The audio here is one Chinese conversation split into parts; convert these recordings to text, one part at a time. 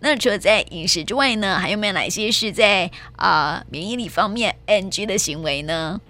那除了在饮食之外呢，还有没有哪些是在啊、呃免疫力方面 NG 的行为呢？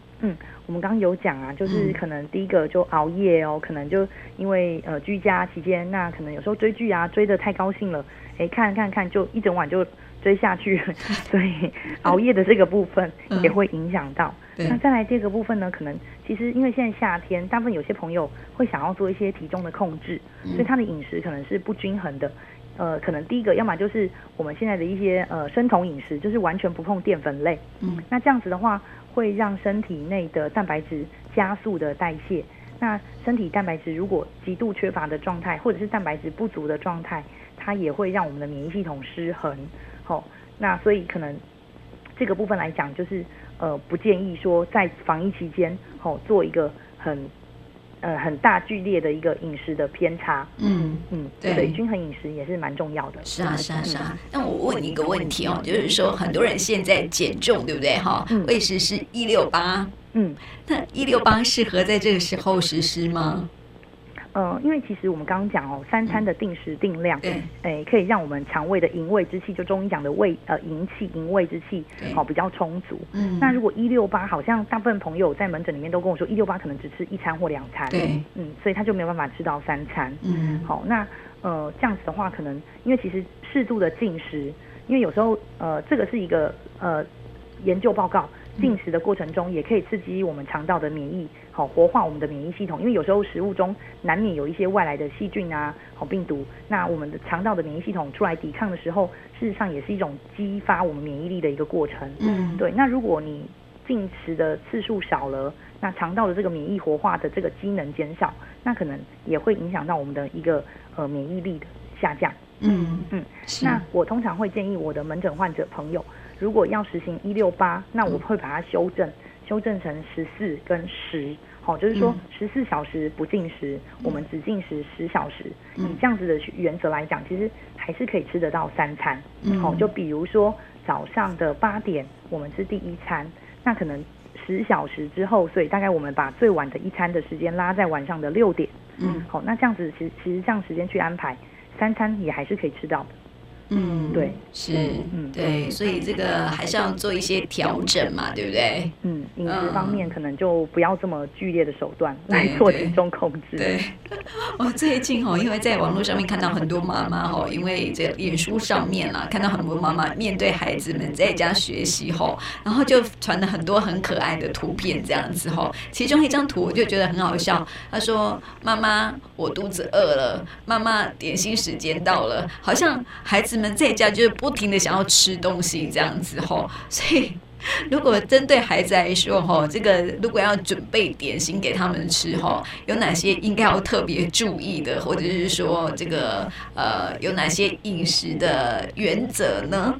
我们刚刚有讲啊，就是嗯可能第一个就熬夜哦，可能就因为呃居家期间，那可能有时候追剧啊追得太高兴了，哎看看看就一整晚就追 下去了，所以熬夜的这个部分嗯也会影响到。对那再来第二个部分呢，可能其实因为现在夏天，大部分有些朋友会想要做一些体重的控制，嗯所以他的饮食可能是不均衡的。呃，可能第一个，要么就是我们现在的一些呃生酮饮食，就是完全不碰淀粉类。嗯，那这样子的话，会让身体内的蛋白质加速的代谢。那身体蛋白质如果极度缺乏的状态，或者是蛋白质不足的状态，它也会让我们的免疫系统失衡。好、那所以可能这个部分来讲，就是呃不建议说在防疫期间，好、做一个很呃很大剧烈的一个饮食的偏差。嗯。嗯，对所以均衡饮食也是蛮重要的。是啊，是啊，嗯是啊。那我问你一个问题哦，就是说很多人现在减重，对不对哈？嗯喂食是一六八，嗯。那一六八适合在这个时候实施吗？呃，因为其实我们刚刚讲哦，三餐的定时定量，嗯对诶，可以让我们肠胃的营卫之气，就中医讲的胃呃营气、营卫之气对，好、比较充足。嗯，那如果一六八，好像大部分朋友在门诊里面都跟我说，一六八可能只吃一餐或两餐，对，嗯，所以他就没有办法吃到三餐。嗯，好，那呃这样子的话，可能因为其实适度的进食，因为有时候呃这个是一个呃研究报告，进食的过程中也可以刺激我们肠道的免疫，好、活化我们的免疫系统，因为有时候食物中难免有一些外来的细菌啊、好、病毒，那我们的肠道的免疫系统出来抵抗的时候，事实上也是一种激发我们免疫力的一个过程。嗯，对，那如果你进食的次数少了，那肠道的这个免疫活化的这个机能减少，那可能也会影响到我们的一个呃免疫力的下降。嗯嗯，是那我通常会建议我的门诊患者朋友，如果要实行一六八，那嗯我会把它修正，修正成十四跟十。好、就是说嗯十四小时不进食，我们只进食十小时。嗯以这样子的原则来讲，其实还是可以吃得到三餐。嗯好、就比如说早上的八点我们吃第一餐，那可能十小时之后，所以大概我们把最晚的一餐的时间拉在晚上的六点。嗯好、那这样子其实其实这样时间去安排，三餐也还是可以吃到的。嗯，对，是，嗯对，所以这个还是要做一些调整嘛，对不对？嗯，饮食方面可能就不要这么剧烈的手段来对做对体重控制。对，我最近 哦，因为在网络上面看到很多妈妈哦，因为这脸书上面啦，看到很多妈妈面对孩子们在家学习后，然后就传了很多很可爱的图片这样子吼。其中一张图我就觉得很好笑，他说：“妈妈，我肚子饿了，妈妈，点心时间到了。”好像孩子们在家就是不停的想要吃东西这样子吼，所以。如果针对孩子来说，吼，这个如果要准备点心给他们吃，吼，有哪些应该要特别注意的，或者是说这个呃，有哪些饮食的原则呢？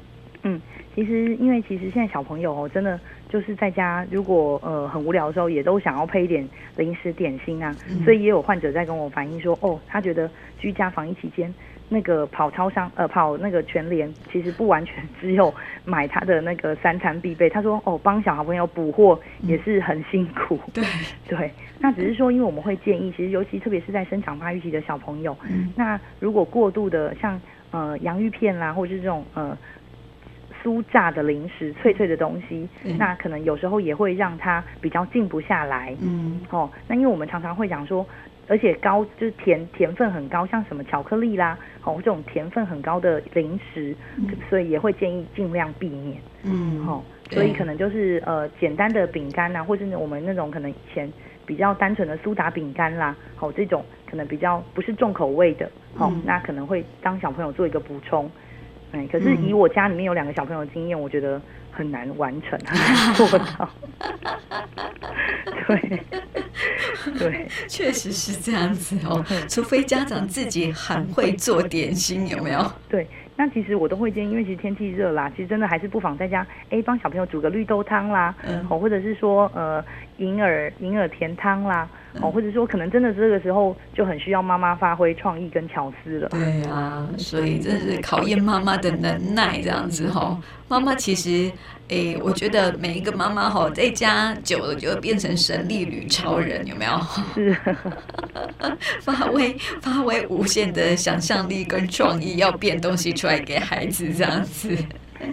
其实因为其实现在小朋友哦，真的就是在家，如果呃很无聊的时候，也都想要配一点零食点心啊，嗯所以也有患者在跟我反映说，哦，他觉得居家防疫期间。那个跑超商，呃，跑那个全联，其实不完全只有买他的那个三餐必备。他说，哦，帮小朋友补货也是很辛苦。 对，对，那只是说，因为我们会建议，其实尤其特别是在生长发育期的小朋友，嗯那如果过度的像呃洋芋片啦，或者是这种呃酥炸的零食、脆脆的东西，对那可能有时候也会让它比较静不下来。嗯哦，那因为我们常常会讲说，而且高就是甜甜分很高，像什么巧克力啦，哦这种甜分很高的零食，嗯所以也会建议尽量避免。嗯，哦，对所以可能就是呃简单的饼干呐、或者是我们那种可能以前比较单纯的苏打饼干啦，好、这种可能比较不是重口味的，好、嗯那可能会当小朋友做一个补充。嗯，可是以嗯我家里面有两个小朋友的经验，我觉得很难完 成，很难做到。 对，对，确实是这样子哦，除非家长自己很会做点心，有没有？对，那其实我都会建议，因为其实天气热啦，其实真的还是不妨在家，哎，帮小朋友煮个绿豆汤啦，嗯哦，或者是说呃银耳银耳甜汤啦，嗯哦，或者说可能真的这个时候就很需要妈妈发挥创意跟巧思了。对啊，所以这是考验妈妈的能耐，嗯这样子哈。妈妈其实，诶、我觉得每一个妈妈哈，在家久了就会变成神力女超人，有没有？是， 发挥发挥无限的想象力跟创意，要变东西出来给孩子这样 子。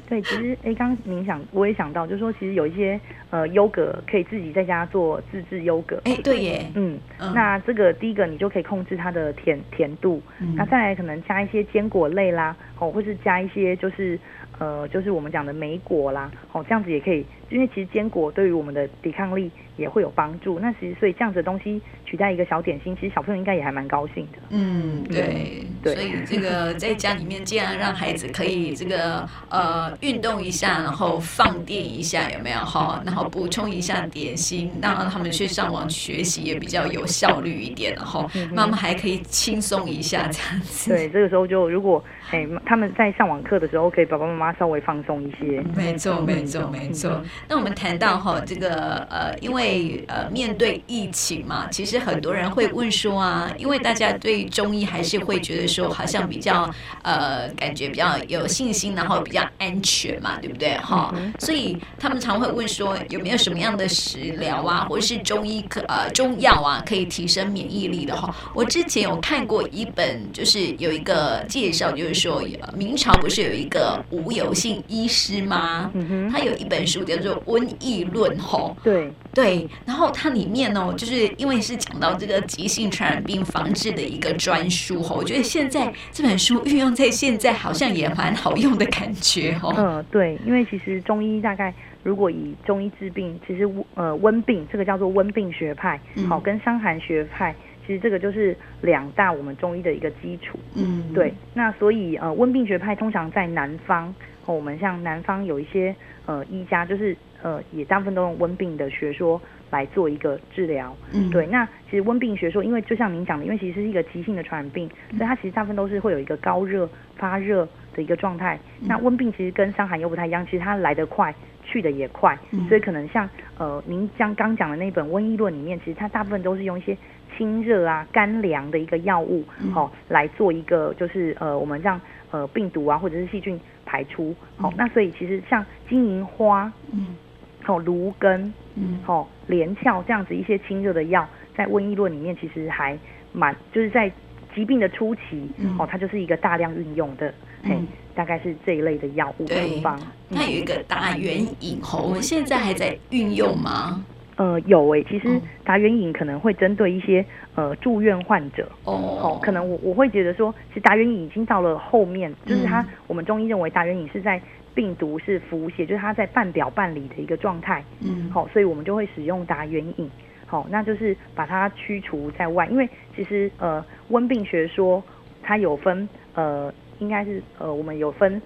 对，其实哎，刚刚您想，我也想到，就是说其实有一些呃优格可以自己在家做自制优格。哎、对耶，嗯，嗯那这个第一个你就可以控制它的甜甜度，嗯那再来可能加一些坚果类啦，哦，或是加一些就是呃，就是我们讲的莓果啦，哦，这样子也可以，因为其实坚果对于我们的抵抗力也会有帮助。那其实所以这样子的东西取代一个小点心，其实小朋友应该也还蛮高兴的。嗯，对，对所以这个在家里面，既然让孩子可以这个呃运动一下，然后放电一下，有没有哈？然后补充一下点心，让他们去上网学习也比较有效率一点，然后嗯哼妈妈还可以轻松一下这样子。对，这个时候就如果哎他们在上网课的时候，可以爸爸妈妈稍微放松一 些。没错，没错，没错。那我们谈到哈，这个呃，因为呃，面对疫情嘛，其实很多人会问说啊，因为大家对中医还是会觉得说，好像比较呃，感觉比较有信心，然后比较安全嘛，对不对哈？所以他们常会问说，有没有什么样的食疗啊，或者是中医可呃中药啊，可以提升免疫力的哈？我之前有看过一本，就是有一个介绍，就是说呃明朝不是有一个吴有信医师吗？嗯哼，他有一本书叫做《瘟疫论》吼，对，对，然后它里面哦，就是因为是讲到这个急性传染病防治的一个专书吼，我觉得现在这本书运用在现在好像也蛮好用的感觉哦。嗯、对，因为其实中医大概如果以中医治病，其实呃温病这个叫做温病学派，嗯好、跟伤寒学派，其实这个就是两大我们中医的一个基础。嗯，对，，那所以呃温病学派通常在南方，哦、我们像南方有一些呃医家，就是呃也大部分都用温病的学说来做一个治疗。嗯，对，，那其实温病学说，因为就像您讲的，因为其实是一个急性的传染病，所以它其实大部分都是会有一个高热发热的一个状态。那嗯温病其实跟伤寒又不太一样，其实它来得快，去得也快，嗯所以可能像呃您将刚讲的那本《瘟疫论》里面，其实它大部分都是用一些清热啊、干凉的一个药物，嗯好、来做一个就是呃我们让呃病毒啊或者是细菌排出。好、嗯那所以其实像金银花、嗯好、芦根、嗯哦，连翘这样子一些清热的药，在瘟疫论里面其实还蛮，就是在疾病的初期，嗯哦，它就是一个大量运用的，嘿，嗯大概是这一类的药物对处方。嗯它有一个打圆引吼，我们现在还在运用吗？呃，有诶、其实嗯达原饮可能会针对一些呃住院患者，哦哦，，可能我我会觉得说，其实达原饮已经到了后面，就是它、嗯我们中医认为达原饮是在病毒是服泻，就是它在半表半里的一个状态，嗯，好、所以我们就会使用达原饮，好、那就是把它驱除在外，因为其实呃，温病学说它有分呃，应该是呃，我们有分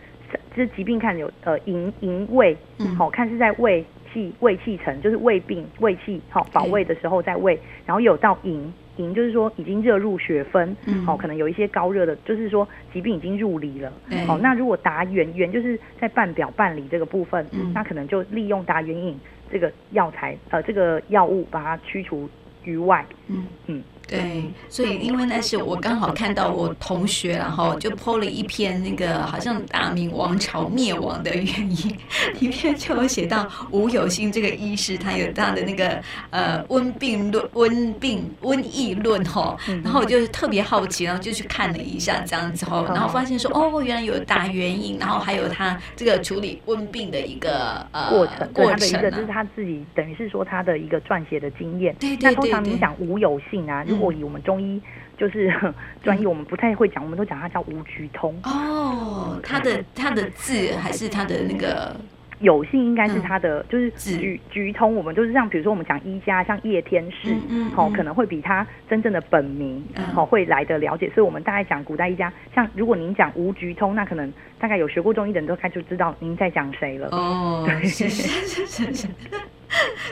就是疾病看有呃营营卫嗯，好、看是在胃气胃气层，就是胃病胃气，好、保对卫的时候在胃，然后有到营。营就是说已经热入血分，嗯好、可能有一些高热的，就是说疾病已经入里了，对好、那如果达原原就是在半表半里这个部分，嗯那可能就利用达原饮这个药材，呃，这个药物把它驱除于外。嗯嗯，对，所以因为那是我刚好看到我同学，然后嗯就 PO 了一篇那个好像大明王朝灭亡的原因， 里面就有写到吴有兴这个医师，他有他的那个呃瘟病论、瘟病、瘟疫论吼，嗯然后我就特别好奇，然后就去看了一下这样子吼，然后发现说哦，原来有打原因，然后还有他这个处理瘟病的一个呃过程，对过他的一程个啊就是他自己等于是说他的一个撰写的经验。对对那通对常你对，嗯讲无有性啊，如果以我们中医就是 呵专业，我们不太会讲，我们都讲它叫无局通。嗯哦，他的他的字还是他的那个有性应该是嗯它的就是是局局通，我们就是像比如说我们讲医家，像叶天士，嗯嗯哦嗯，可能会比他真正的本名嗯哦会来的了解，所以我们大概讲古代医家，像如果您讲吴局通，那可能大概有学过中医的人都大概就知道您在讲谁了。哦哦，是是是是是。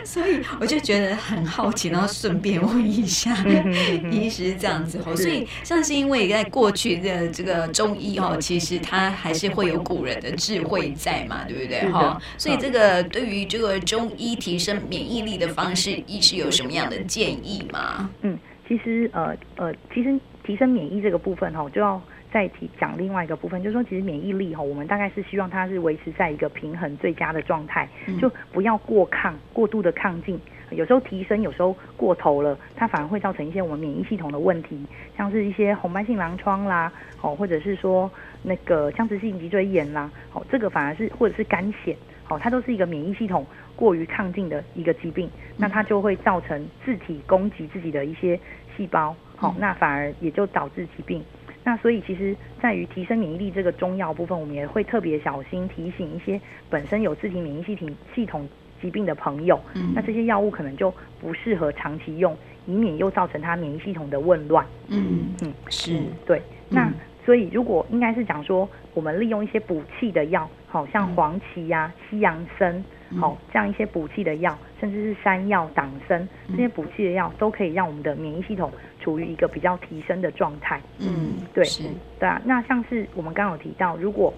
所以我就觉得很好 奇，然后顺便问一下嗯哼嗯 哼医师这样子哦。是所以像是因为在过去的这个中医哦，其实它还是会有古人的智慧在嘛，对不对是的哈？所以这个对于这个中医提升免疫力的方式，医师有什么样的建议吗？嗯，其实呃呃，其实提升免疫这个部分哈、就要再提讲另外一个部分，就是说其实免疫力哈、我们大概是希望它是维持在一个平衡最佳的状态，嗯就不要过抗、过度的抗进。有时候提升，有时候过头了，它反而会造成一些我们免疫系统的问题，像是一些红斑性狼疮啦，哦，或者是说那个僵直性脊椎炎啦，哦，这个反而是或者是肝癣，哦，它都是一个免疫系统过于亢进的一个疾病，那它就会造成自体攻击自己的一些细胞，嗯好、那反而也就导致疾病。那所以其实在于提升免疫力这个中药部分，我们也会特别小心提醒一些本身有自体免疫系统系统疾病的朋友，嗯那这些药物可能就不适合长期用，以免又造成他免疫系统的紊乱。嗯嗯是嗯，对。那、嗯所以如果应该是讲说，我们利用一些补气的药，好、像嗯黄芪呀、西洋参，嗯好、这样一些补气的药，甚至是山药、党参嗯这些补气的药，都可以让我们的免疫系统处于一个比较提升的状态。嗯对是对啊，那像是我们刚刚有提到，如果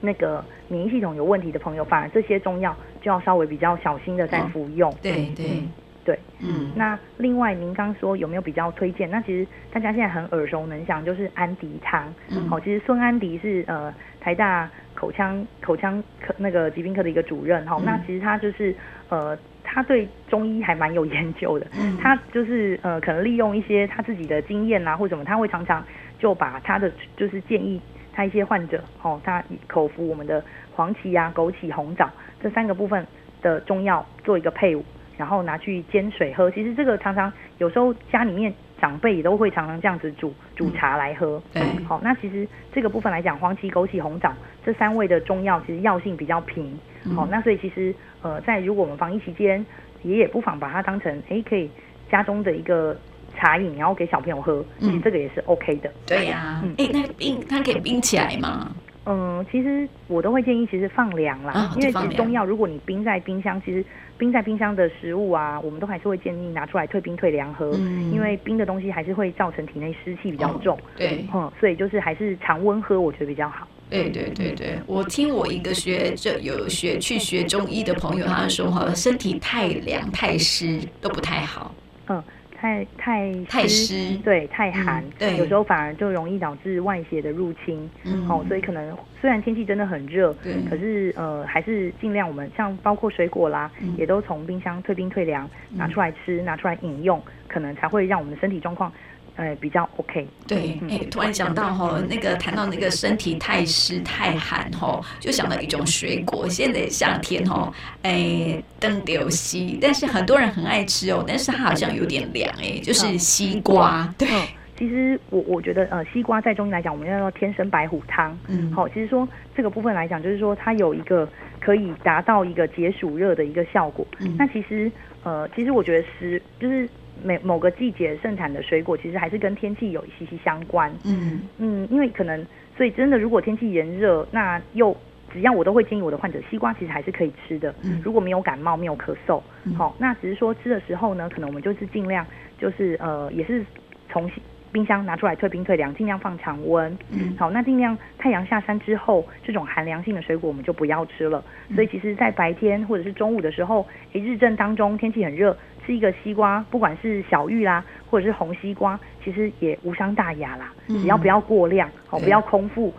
那个免疫系统有问题的朋友，反而这些中药就要稍微比较小心的在嗯服用。对对嗯对，嗯那另外，您刚说有没有比较推荐？那其实大家现在很耳熟能详，就是安迪汤。嗯好、其实孙安迪是呃台大口腔口腔科那个疾病科的一个主任哈、嗯那其实他就是呃他对中医还蛮有研究的，嗯他就是呃可能利用一些他自己的经验啊或什么，他会常常就把他的就是建议他一些患者哦，他口服我们的黄芪啊、枸杞、红枣这三个部分的中药做一个配伍，然后拿去煎水喝。其实这个常常有时候家里面长辈也都会常常这样子煮煮茶来喝。对好、那其实这个部分来讲，黄芪、枸杞、红枣这三味的中药，其实药性比较平。嗯好、那所以其实呃，在如果我们防疫期间，也也不妨把它当成诶可以家中的一个茶饮，然后给小朋友喝，其实嗯这个也是 OK 的。对呀嗯，哎，那个冰它可以冰起来吗？嗯，其实我都会建议，其实放凉啦，啊因为就放其凉实中药如果你冰在冰箱，其实冰在冰箱的食物啊，我们都还是会建议拿出来退冰退凉喝，嗯因为冰的东西还是会造成体内湿气比较哦重，对嗯，所以就是还是常温喝，我觉得比较好。对对对对，我听我一个学就有学去学中医的朋友，他说哈，身体太凉太湿都不太好，嗯，太太太湿对，太寒，嗯对有时候反而就容易导致外邪的入侵。嗯哦，所以可能虽然天气真的很热，对可是呃，还是尽量我们像包括水果啦，嗯也都从冰箱退冰退凉，拿嗯出来吃，拿出来饮用，可能才会让我们的身体状况，呃，比较 OK。对，嗯哎、突然想到哈，那个谈到那个身体太湿太寒哈，就想到一种水果，现在夏天哈，哎，灯流西，但是很多人很爱吃哦，但是它好像有点凉哎、就是西瓜，对，嗯，其实我我觉得呃，西瓜在中医来讲，我们要说天生白虎汤。嗯，好、其实说这个部分来讲，就是说它有一个可以达到一个解暑热的一个效果。嗯那其实呃，其实我觉得食就是每某个季节盛产的水果，其实还是跟天气有息息相关。嗯嗯，因为可能所以真的，如果天气炎热，那又只要我都会建议我的患者，西瓜其实还是可以吃的。嗯如果没有感冒，没有咳嗽，好、嗯那只是说吃的时候呢，可能我们就是尽量就是呃，也是从冰箱拿出来退冰退凉，尽量放常温。嗯好，那尽量太阳下山之后，这种寒凉性的水果我们就不要吃了。嗯所以其实，在白天或者是中午的时候，诶，日正当中天气很热，吃一个西瓜，不管是小玉啦，或者是红西瓜，其实也无伤大雅啦。嗯只要不要过量，哦，对不要空腹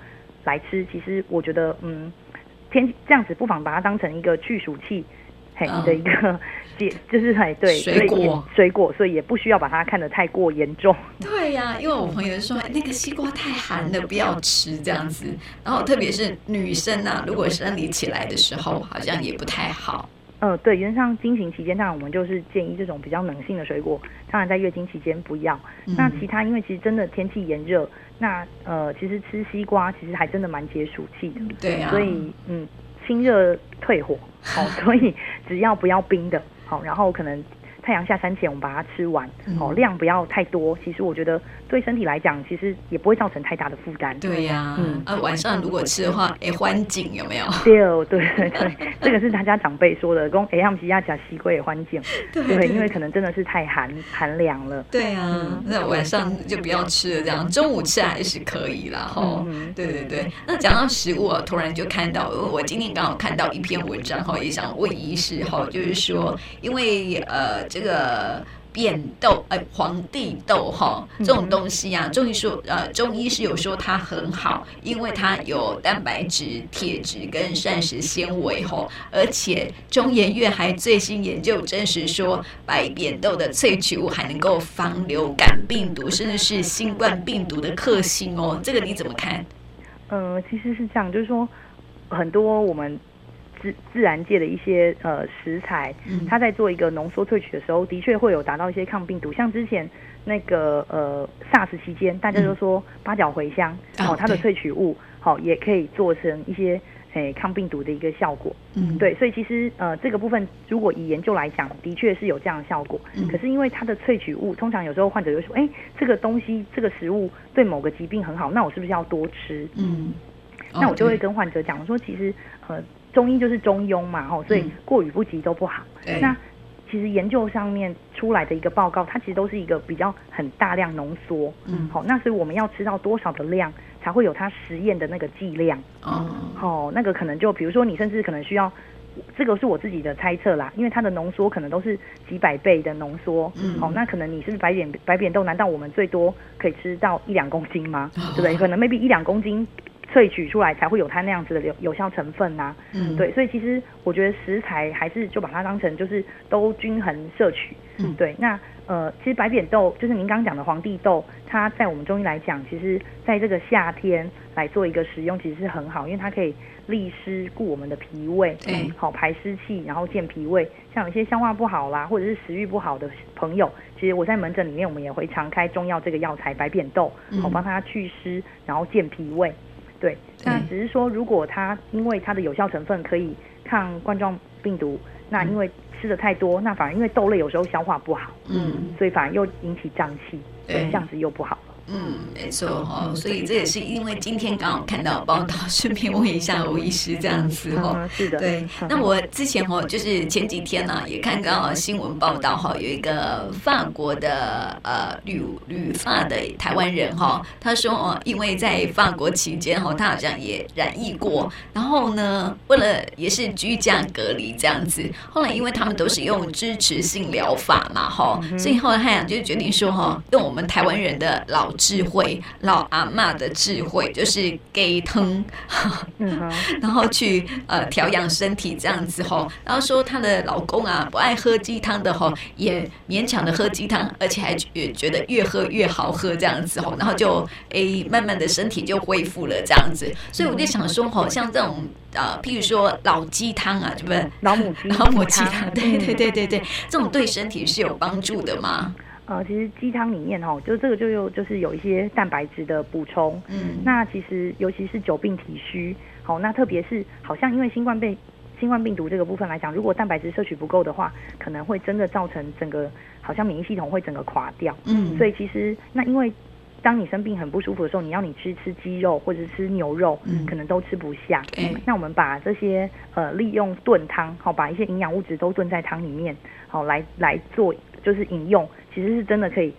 来吃，其实我觉得，嗯，天气这样子不妨把它当成一个去暑气。嘿嗯的一个解，就是嘿，对，水所以果水果，所以也不需要把它看得太过严重。对呀、因为我朋友说哎那个西瓜太寒了，不要吃这样子。然后特别是女生啊，如果生理起来的时候，好像也不太好。呃，对，原则上经行期间，当然我们就是建议这种比较冷性的水果，当然在月经期间不要。嗯那其他因为其实真的天气炎热，那呃其实吃西瓜其实还真的蛮解暑气的，对啊，所以嗯 清热退火，好、所以只要不要冰的，好、然后可能。太阳下山前我们把它吃完，嗯哦，量不要太多。其实我觉得对身体来讲，其实也不会造成太大的负担。对呀、嗯啊，晚上如果吃的话，哎，欢景有没有？对哦，对对对，这个是大家长辈说的，跟哎他们西亚甲西归也欢景， 对，因为嗯可能真的是太寒寒凉了。对啊，那晚上就不要吃了，这样中午吃还是可以啦，吼。嗯对对对，那讲到食物啊，突然就看到，我今天刚好看到一篇文章哈，也想问医师哈，就是说，因为呃这个。扁豆，呃，皇帝豆哈，这种东西啊，中医说，呃，中医是有说它很好，因为它有蛋白质、铁质跟膳食纤维哈，而且中研院还最新研究证实说，白扁豆的萃取物还能够防流感病毒，甚至是新冠病毒的克星哦，这个你怎么看？呃，其实是这样，就是说很多我们自自然界的一些呃食材，嗯它在做一个浓缩萃取的时候，的确会有达到一些抗病毒，像之前那个呃 SARS 期间，大家都说八角茴香，嗯啊哦，它的对萃取物，好、也可以做成一些诶抗病毒的一个效果。嗯，对，所以其实呃，这个部分如果以研究来讲，的确是有这样的效果。嗯可是因为它的萃取物，通常有时候患者就说，哎，这个东西这个食物对某个疾病很好，那我是不是要多吃？嗯，哦那我就会对跟患者讲说，其实呃，中医就是中庸嘛，吼，所以嗯过与不及都不好。对哎那其实研究上面出来的一个报告，它其实都是一个比较很大量浓缩，嗯好、那所以我们要吃到多少的量，才会有它实验的那个剂量。哦，哦，那个可能就比如说你甚至可能需要，这个是我自己的猜测啦，因为它的浓缩可能都是几百倍的浓缩，嗯哦，那可能你是不是白扁白扁豆？难道我们最多可以吃到一两公斤吗？对不对？可能 maybe 一两公斤萃取出来才会有它那样子的有有效成分啊呐、嗯，对，所以其实我觉得食材还是就把它当成就是都均衡摄取。嗯对，那呃，其实白扁豆就是您刚刚讲的皇帝豆，它在我们中医来讲，其实在这个夏天来做一个食用，其实是很好，因为它可以利湿固我们的脾胃，对好排湿气，然后健脾胃。像有些消化不好啦，或者是食欲不好的朋友，其实我在门诊里面，我们也会常开中药这个药材白扁豆，嗯好帮他去湿，然后健脾胃。对，那对只是说，如果它因为它的有效成分可以抗冠状病毒，那因为吃的太多，那反而因为豆类有时候消化不好，嗯，所以反而又引起胀气，对这样子又不好了。嗯，没错哦，所以这也是因为今天刚好看到报道，顺便问一下吴医师这样子哦。嗯，是的，对，嗯那我之前哦，就是前几天呢、也看到新闻报道哈、有一个法国的呃旅旅发的台湾人哈、他说哦，因为在法国期间哦哈、他好像也染疫过，然后呢，为了也是居家隔离这样子，后来因为他们都是用支持性疗法嘛哈、所以后来他想就决定说哈、用我们台湾人的老智慧、老阿嬷的智慧，就是给疼。嗯 哼，然后去呃调养身体这样子吼，然后说她的老公啊不爱喝鸡汤的吼，也勉强的喝鸡汤，而且还觉觉得越喝越好喝这样子吼，然后就诶慢慢的身体就恢复了这样子，所以我就想说吼，像这种呃譬如说老鸡汤啊，对不对？老母鸡，然后母鸡汤，对对嗯对对对，这种对身体是有帮助的吗？呃，其实鸡汤里面哦，就这个就有就是有一些蛋白质的补充，嗯，那其实尤其是久病体虚，好、那特别是好像因为新冠被新冠病毒这个部分来讲，如果蛋白质摄取不够的话，可能会真的造成整个好像免疫系统会整个垮掉。嗯，所以其实那因为当你生病很不舒服的时候，你要你去吃鸡肉或者吃牛肉，嗯可能都吃不下。对那我们把这些呃利用炖汤，好、把一些营养物质都炖在汤里面，好、来来做就是饮用，其实是真的可以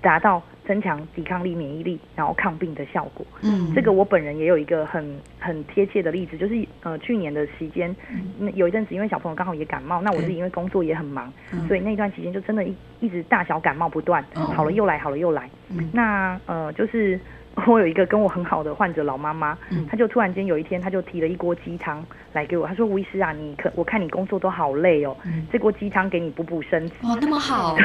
达到增强抵抗力、免疫力，然后抗病的效果。嗯这个我本人也有一个很很贴切的例子，就是呃去年的期间，那有一阵子因为小朋友刚好也感冒，那我自己因为工作也很忙，嗯所以那段期间就真的一一直大小感冒不断，哦好了又来，好了又来。嗯那呃就是。 我有一个跟我很好的患者老妈妈，嗯她就突然间有一天，她就提了一锅鸡汤来给我，她说：“吴医师啊，你可我看你工作都好累哦，嗯这锅鸡汤给你补补身子。”哦那么好，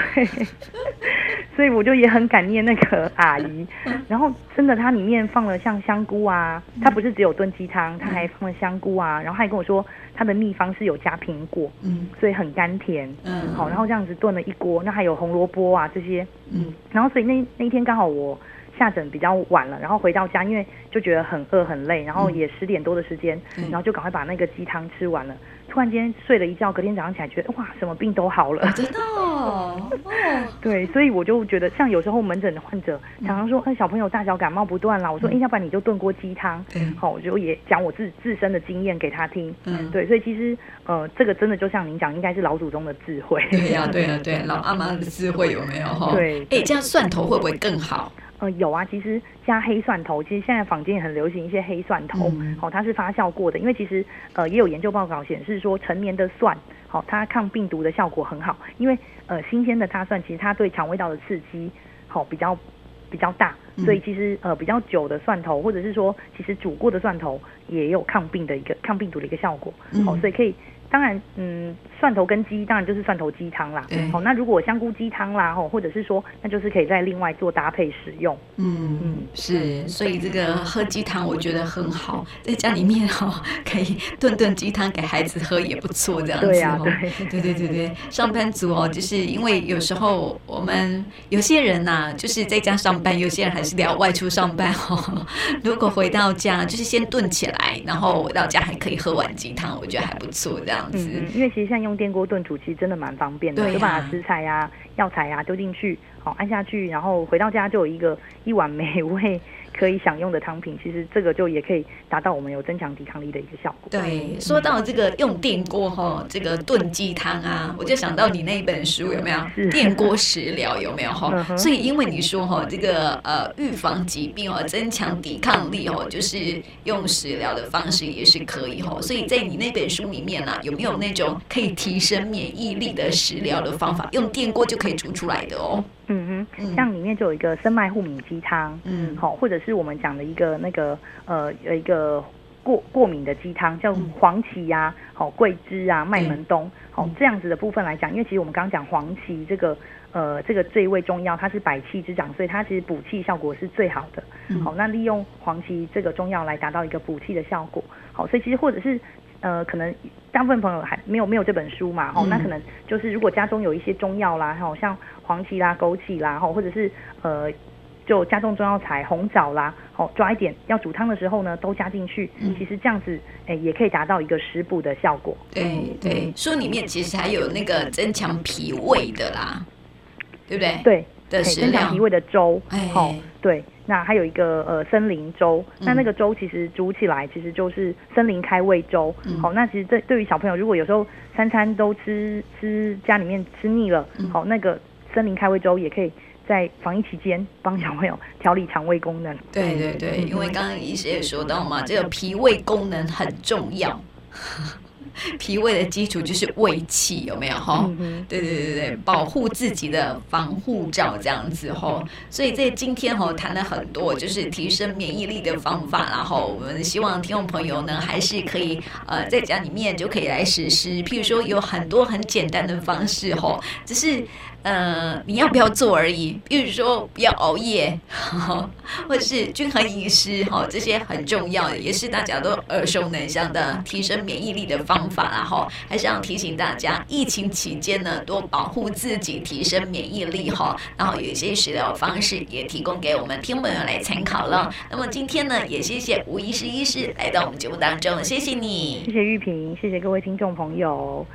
所以我就也很感念那个阿 姨。然后真的，它里面放了像香菇啊，嗯它不是只有炖鸡汤，它还放了香菇啊。然后还跟我说，它的秘方是有加苹果，嗯所以很甘甜。嗯好，然后这样子炖了一锅，那还有红萝卜啊这些。嗯然后所以那那一天刚好我下诊比较晚了，然后回到家，因为就觉得很饿很累，然后也十点多的时间，嗯然后就赶快把那个鸡汤吃完了。突然间睡了一觉，隔天早上起来觉得哇，什么病都好了。啊真的哦，哦对，所以我就觉得，像有时候门诊的患者嗯常常说，哎、小朋友大小感冒不断啦，我说，哎、要不然你就炖锅鸡汤，对，啊好、我就也讲我自自身的经验给他听。嗯，对，所以其实呃，这个真的就像您讲，应该是老祖宗的智慧。对 呀、对呀、啊对、老阿妈的智慧有没有哈？对哎，这样蒜头会不会更好？呃，有啊，其实加黑蒜头，其实现在坊间也很流行一些黑蒜头，嗯好、它是发酵过的，因为其实呃也有研究报告显示说，成年的蒜，好、它抗病毒的效果很好，因为呃新鲜的大蒜其实它对肠胃道的刺激，好、比较比较大，所以嗯其实呃比较久的蒜头，或者是说其实煮过的蒜头也有抗病的一个抗病毒的一个效果，好、嗯所以可以。当然，嗯，蒜头跟鸡当然就是蒜头鸡汤啦对。好、那如果香菇鸡汤啦，吼，或者是说，那就是可以再另外做搭配使用。嗯，是，所以这个喝鸡汤我觉得很好，在家里面哦，可以炖炖鸡汤给孩子喝也不错，这样子对呀、哦。对，对对对 对，上班族哦，就是因为有时候我们有些人呐、就是在家上班，有些人还是得要外出上班哦。 如果回到家，就是先炖起来，然后回到家还可以喝碗鸡汤，我觉得还不错，这样子。嗯，嗯因为其实现在用电锅炖煮，其实真的蛮方便的，对呀就把食材啊、药材啊丢进去，好、按下去，然后回到家就有一个一碗美味可以享用的汤品。其实这个就也可以达到我们有增强抵抗力的一个效果。嗯对，说到这个用电锅哈、这个炖鸡汤啊，我就想到你那一本书有没有 是《电锅食疗》有没有哈、嗯哼所以因为你说哈、这个呃预防疾病哦，增强抵抗力哦，就是用食疗的方式也是可以哈、所以在你那本书里面啊，有没有那种可以提升免疫力的食疗的方法，用电锅就可以煮出来的哦？嗯嗯哼，像里面就有一个生麦护敏鸡汤，嗯，好、或者是我们讲的一个那个呃有一个。过过敏的鸡汤叫黄芪呀、好、桂枝啊、麦门冬，好、嗯这样子的部分来讲，因为其实我们刚刚讲黄芪这个呃这个这一味中药，它是百气之长，所以它其实补气效果是最好的。嗯好、那利用黄芪这个中药来达到一个补气的效果。好、所以其实或者是呃，可能大部分朋友还没有没有这本书嘛，哦，嗯那可能就是如果家中有一些中药啦，好、像黄芪啦、枸杞啦，哦，或者是呃。就加重中药材、红枣啦，好、抓一点，要煮汤的时候呢，都加进去。嗯其实这样子，哎、也可以达到一个食补的效果。对对，书里面其实还有那个增强脾胃的啦，对不对？对，的哎食增强疗脾。胃的粥，哎好、对，那还有一个呃森林粥，那嗯那个粥其实煮起来其实就是森林开胃粥，嗯好、那其实对对于小朋友，如果有时候三餐都吃吃家里面吃腻了嗯，好、那个森林开胃粥也可以在防疫期间帮小朋友调理肠胃功能。对对对，嗯因为刚刚医师也说到嘛，这个脾胃功能很重要，嗯脾胃的基础就是胃气，有没有哈？嗯哼，对对对对，保护自己的防护罩这样子吼。嗯所以在今天吼谈了很多，就是提升免疫力的方法，然后我们希望听众朋友呢，还是可以呃在家里面就可以来实施。譬如说有很多很简单的方式吼，只是呃你要不要做而已。譬如说不要熬夜，或者是均衡饮食哈，这些很重要，也是大家都耳熟能详的提升免疫力的方法啦哈。还是要提醒大家，疫情期间呢，多保护自己，提升免疫力哈。然后有一些食疗方式也提供给我们听朋友来参考了。那么今天呢，也谢谢吴医师医师来到我们节目当中，谢谢你谢。谢玉萍，谢谢各位听众朋友，